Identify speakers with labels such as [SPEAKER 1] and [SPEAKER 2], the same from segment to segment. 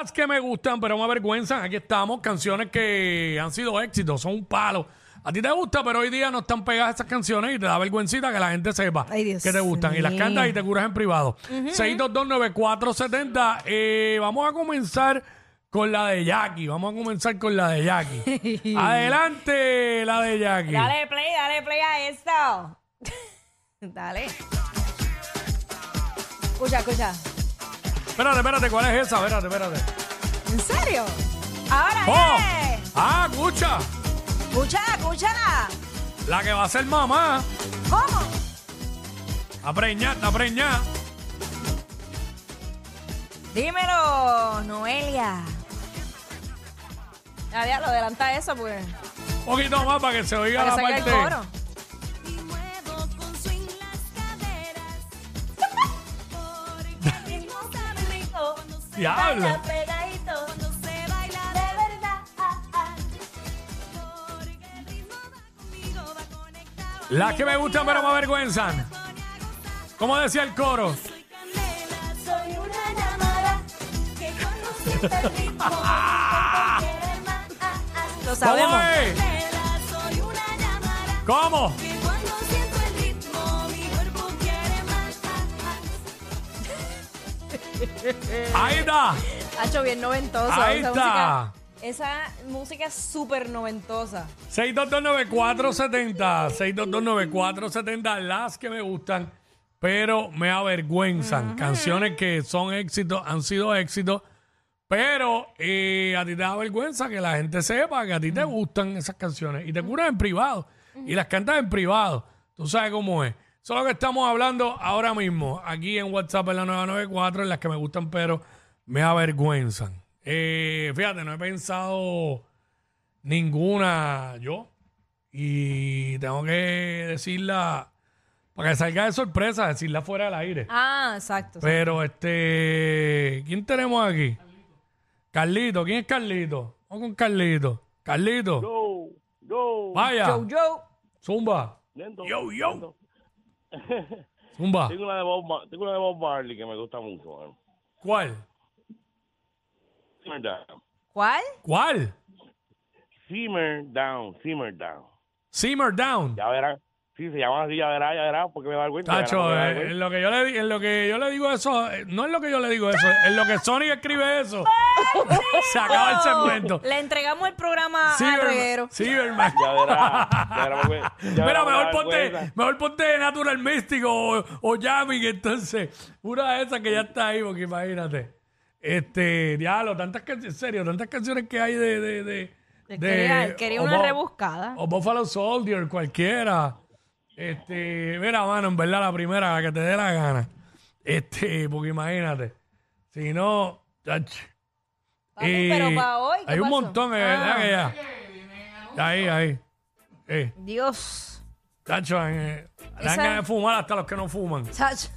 [SPEAKER 1] Las que me gustan, pero me avergüenzan. Aquí estamos, canciones que han sido éxitos, son un palo. A ti te gusta, pero hoy día no están pegadas esas canciones y te da vergüencita que la gente sepa
[SPEAKER 2] Ay, Dios
[SPEAKER 1] que te gustan. Y las
[SPEAKER 2] mío.
[SPEAKER 1] cantas y te curas en privado. 6229470. Eh, vamos a comenzar con la de Jackie. Vamos a comenzar con la de Jackie. Adelante, la de Jackie.
[SPEAKER 2] Dale play, dale play a esto. dale. Escucha, escucha.
[SPEAKER 1] Espérate, espérate, ¿cuál es esa? Espérate, espérate.
[SPEAKER 2] ¿En serio? Ahora
[SPEAKER 1] ¡Oh!
[SPEAKER 2] es.
[SPEAKER 1] ¡Ah, escucha!
[SPEAKER 2] Escúchala, escúchala.
[SPEAKER 1] La que va a ser mamá.
[SPEAKER 2] ¿Cómo?
[SPEAKER 1] A preñar, a preñar.
[SPEAKER 2] Dímelo, Noelia. Ya, ya, lo adelanta eso, pues.
[SPEAKER 1] Un poquito más para que se oiga la
[SPEAKER 2] Para que salga el
[SPEAKER 1] parte.
[SPEAKER 2] coro.
[SPEAKER 3] Y muevo con swing las caderas. Porque el ritmo sabe rico. Cuando se
[SPEAKER 1] Diablo.
[SPEAKER 3] baila pegadito. Cuando se baila de verdad. Porque el ritmo va conmigo, va conectado.
[SPEAKER 1] Las que me gustan pero me avergüenzan. ¿Cómo decía el coro?
[SPEAKER 3] Soy candela, soy una llamada. Que cuando sienta el ritmo, quiere más.
[SPEAKER 2] Lo
[SPEAKER 1] ¿Cómo
[SPEAKER 2] sabemos.
[SPEAKER 1] es?
[SPEAKER 3] Candela, soy una llamada.
[SPEAKER 1] ¿Cómo?
[SPEAKER 3] Que cuando siento el ritmo, mi cuerpo quiere más.
[SPEAKER 1] Ahí está.
[SPEAKER 2] Ha hecho bien noventosa.
[SPEAKER 1] Ahí
[SPEAKER 2] esa
[SPEAKER 1] está.
[SPEAKER 2] Música, esa música es súper noventosa.
[SPEAKER 1] 6229470. 6229470. Las que me gustan pero me avergüenzan. Canciones que son éxitos, han sido éxitos. Pero eh, a ti te da vergüenza que la gente sepa que a ti te gustan esas canciones y te curas en privado y las cantas en privado. Tú sabes cómo es. Eso es lo que estamos hablando ahora mismo aquí en WhatsApp en la 994, en las que me gustan pero me avergüenzan. Eh, fíjate, no he pensado ninguna yo y tengo que decirla para que salga de sorpresa, decirla fuera del aire.
[SPEAKER 2] Ah, exacto.
[SPEAKER 1] Pero este, ¿quién tenemos aquí? Carlito, ¿quién es Carlito? Vamos con Carlito. Carlito.
[SPEAKER 4] Yo, yo,
[SPEAKER 1] Vaya.
[SPEAKER 2] Joe, Joe.
[SPEAKER 1] Zumba.
[SPEAKER 4] lento,
[SPEAKER 1] Yo, yo.
[SPEAKER 4] lento.
[SPEAKER 1] Zumba.
[SPEAKER 4] Tengo una de Bob, Ma- tengo una de Bob Marley que me gusta mucho, mano.
[SPEAKER 1] ¿Cuál?
[SPEAKER 4] Simmer down,
[SPEAKER 2] ¿Cuál?
[SPEAKER 1] ¿Cuál?
[SPEAKER 4] simmer down, simmer down.
[SPEAKER 1] Simmer Down.
[SPEAKER 4] Ya verás, sí, se llama así, ya verás, ya verás, porque me da vergüenza. ya
[SPEAKER 1] Tacho,
[SPEAKER 4] verás,
[SPEAKER 1] eh,
[SPEAKER 4] porque me da
[SPEAKER 1] en lo que yo le di- en lo que yo le digo eso, eh, no es lo que yo le digo eso, en lo que Sonic escribe eso. Se acaba el segmento.
[SPEAKER 2] ¡Oh! Le entregamos el programa a
[SPEAKER 1] Silverman-
[SPEAKER 2] Reguero.
[SPEAKER 1] Silverman.
[SPEAKER 4] Ya verás, ya verás, porque- ya
[SPEAKER 1] Mira, mejor
[SPEAKER 4] verás, me da
[SPEAKER 1] ponte,
[SPEAKER 4] vergüenza.
[SPEAKER 1] mejor ponte Natural Místico o, o Yami, que entonces, una de esas que ya está ahí, porque imagínate. Este, diablo, tantas canciones, en serio, tantas canciones que hay de. de, de, de- Oh,
[SPEAKER 2] Quería- quería
[SPEAKER 1] o
[SPEAKER 2] una
[SPEAKER 1] Bo-
[SPEAKER 2] rebuscada.
[SPEAKER 1] O Buffalo Soldier, cualquiera. Este, mira, mano, en verdad, la primera, la que te dé la gana. Este, porque imagínate. Si no, chacho.
[SPEAKER 2] Papi,
[SPEAKER 1] Eh,
[SPEAKER 2] pero para hoy, ¿qué
[SPEAKER 1] hay un
[SPEAKER 2] pasó?
[SPEAKER 1] montón, es
[SPEAKER 2] Ah.
[SPEAKER 1] verdad que ya. Ahí, ahí. Eh,
[SPEAKER 2] Dios.
[SPEAKER 1] tacho, eh,
[SPEAKER 2] Esa-
[SPEAKER 1] dan ganas de fumar hasta los que no fuman.
[SPEAKER 2] Sach.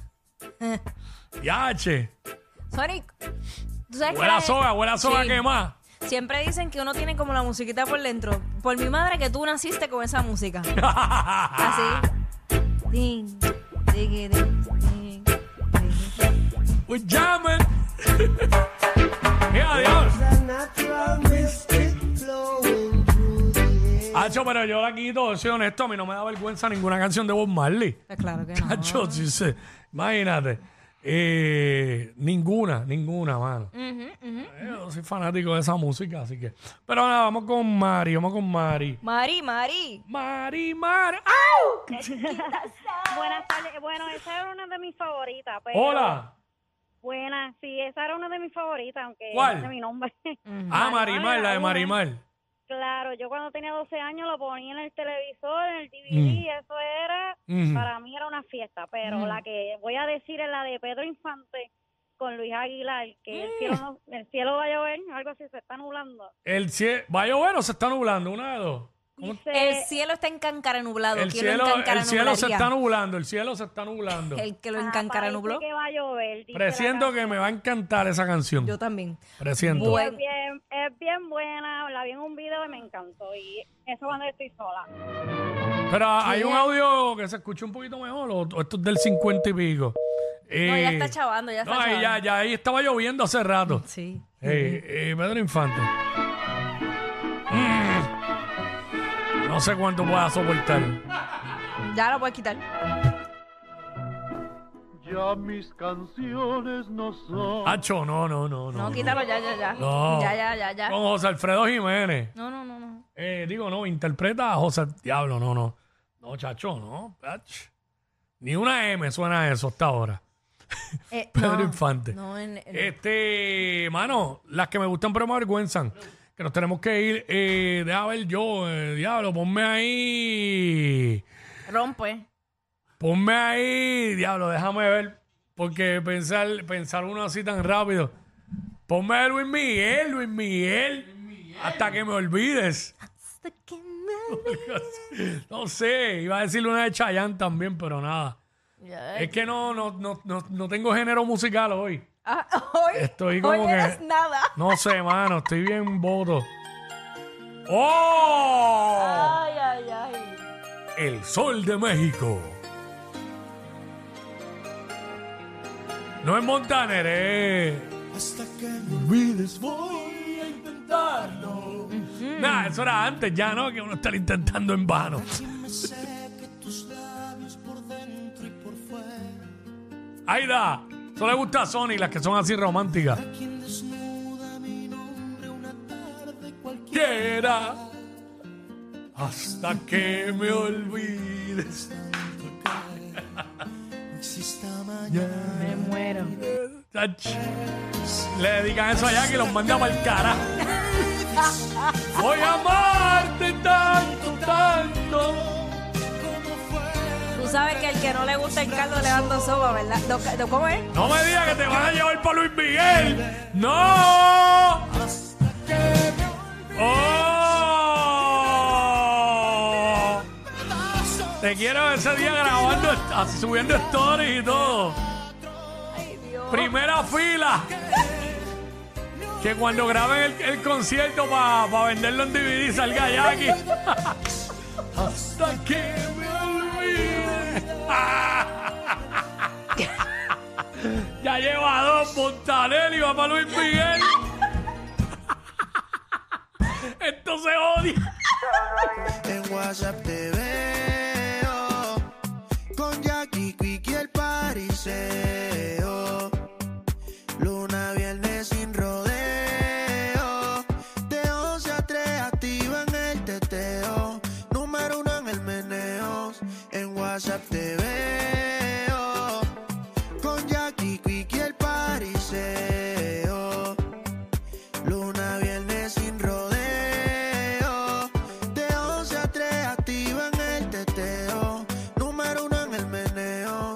[SPEAKER 1] Ya, che.
[SPEAKER 2] Sonic, tú sabes que
[SPEAKER 1] Huele a
[SPEAKER 2] la-
[SPEAKER 1] soga, huele a soga
[SPEAKER 2] Eh, Sí.
[SPEAKER 1] que más.
[SPEAKER 2] Siempre dicen que uno tiene como la musiquita por dentro. Por mi madre que tú naciste con esa música. Así. Ding, digui, ding, ding, digui.
[SPEAKER 1] We're jamming. Pues Mira, Dios. Hacho, pero yo la quito, soy honesto, a mí no me da vergüenza ninguna canción de Bob Marley.
[SPEAKER 2] Pues claro que no.
[SPEAKER 1] Hacho, sí sé. imagínate. Eh, ninguna, ninguna, mano. Eh, Yo soy fanático de esa música, así que. Pero nada, vamos con Mari, vamos con Mari.
[SPEAKER 2] Mari, Mari.
[SPEAKER 1] Mari, Mari. ¡Au!
[SPEAKER 5] Buenas tardes. Bueno, esa era una de mis favoritas. Pero
[SPEAKER 1] Hola.
[SPEAKER 5] Buena, sí, esa era una de mis favoritas, aunque
[SPEAKER 1] ¿Cuál?
[SPEAKER 5] no sé mi nombre.
[SPEAKER 1] Ah, Marimar, la de Marimar.
[SPEAKER 5] claro, yo cuando tenía 12 años lo ponía en el televisor, en el DVD,
[SPEAKER 1] Mm.
[SPEAKER 5] eso era,
[SPEAKER 1] Ujú. Mm-hmm.
[SPEAKER 5] para mí era una fiesta, pero la que voy a decir es la de Pedro Infante con Luis Aguilar, que el,
[SPEAKER 1] Mm.
[SPEAKER 5] cielo no- el cielo va a llover, algo así, se está nublando.
[SPEAKER 1] El cielo, ¿va a llover o se está nublando? Una de dos. ¿Cómo-
[SPEAKER 5] Dice,
[SPEAKER 2] El cielo está en Cancara nublado.
[SPEAKER 1] El
[SPEAKER 2] ¿Quién lo
[SPEAKER 1] cielo,
[SPEAKER 2] encancara
[SPEAKER 1] el cielo se
[SPEAKER 2] nublaría?
[SPEAKER 1] está nublando, el cielo se está nublando.
[SPEAKER 2] El que lo
[SPEAKER 5] "Ah,
[SPEAKER 2] encancara
[SPEAKER 5] parece
[SPEAKER 2] nubló.
[SPEAKER 5] que va a llover. dice la
[SPEAKER 1] Presiento que me va a encantar esa canción.
[SPEAKER 2] Yo también.
[SPEAKER 1] Presiento.
[SPEAKER 5] canción.
[SPEAKER 2] Bueno.
[SPEAKER 5] Es bien, es bien buena, la vi en un video y me encantó. Y eso cuando estoy sola.
[SPEAKER 1] Pero hay un audio que se escucha un poquito mejor, o, o esto es del 50 y pico.
[SPEAKER 2] No,
[SPEAKER 1] Eh,
[SPEAKER 2] ya está chavando, ya está
[SPEAKER 1] no, ahí
[SPEAKER 2] chavando.
[SPEAKER 1] ya, ya ahí estaba lloviendo hace rato.
[SPEAKER 2] Sí.
[SPEAKER 1] Eh, eh, Pedro Infante. Mm. No sé cuánto pueda soportar.
[SPEAKER 2] Ya lo puedes quitar.
[SPEAKER 6] Ya mis canciones no son.
[SPEAKER 1] Hacho, no, no, no, no.
[SPEAKER 2] No, quítalo ya, ya, ya.
[SPEAKER 1] No.
[SPEAKER 2] Ya, ya, ya, ya.
[SPEAKER 1] Con José Alfredo Jiménez.
[SPEAKER 2] No, no, no, no.
[SPEAKER 1] Eh, digo, no, interpreta a José. Diablo, no, no. No, chacho, no. ach. Ni una M suena a eso hasta ahora.
[SPEAKER 2] Eh,
[SPEAKER 1] Pedro
[SPEAKER 2] no.
[SPEAKER 1] Infante.
[SPEAKER 2] No, en- en-
[SPEAKER 1] Este, mano, las que me gustan pero me avergüenzan. Que nos tenemos que ir. Eh, deja ver yo, eh, diablo, ponme ahí.
[SPEAKER 2] rompe.
[SPEAKER 1] Ponme ahí, diablo, déjame ver. Porque pensar, pensar uno así tan rápido. Ponme a Luis Miguel, Luis Miguel. Hasta que me olvides. no sé, iba a decirle una de Chayanne también, pero nada.
[SPEAKER 2] Ya.
[SPEAKER 1] Es que no, no, no, no, no tengo género musical hoy.
[SPEAKER 2] Ah, hoy,
[SPEAKER 1] Estoy como
[SPEAKER 2] hoy
[SPEAKER 1] que-
[SPEAKER 2] eres nada.
[SPEAKER 1] No sé, mano, estoy bien voto. ¡Oh!
[SPEAKER 2] Ay, ay, ay.
[SPEAKER 1] El sol de México. No es Montaner, eh.
[SPEAKER 7] Hasta que me olvides voy a intentarlo.
[SPEAKER 1] Nah, eso era antes ya, ¿no? Que uno está intentando en vano.
[SPEAKER 7] Siempre sé que tus labios por dentro y por fuera.
[SPEAKER 1] Ahí da. Eso le gusta a Sony, las que son así románticas.
[SPEAKER 7] Quien desnuda mi nombre una tarde cualquiera.
[SPEAKER 1] Quiera. Hasta que me olvides.
[SPEAKER 7] No exista mañana.
[SPEAKER 2] Me muero.
[SPEAKER 1] Ach. Le dedican eso allá que los manda para el cara. Voy a amarte tanto, tanto.
[SPEAKER 2] Tú sabes que el que no le gusta el caldo le dan dos sopas, ¿verdad? Dos ca- dos- ¿Cómo es?
[SPEAKER 1] No me digas que te van a llevar para Luis Miguel. No. Oh. Te quiero ese día grabando, est- subiendo stories y todo.
[SPEAKER 2] Ay, Dios.
[SPEAKER 1] Primera fila. Que cuando graben el, el concierto para venderlo en DVD salga Jackie. Hasta que me olvide. ya lleva dos Montanelli, va para Luis Miguel. Esto se odia.
[SPEAKER 7] En WhatsApp te veo con Jackie Quick y el Pariseo. Luna, viernes sin rodeo. De 11 a 3 activa en el teteo. Número uno en el meneo. En WhatsApp te veo.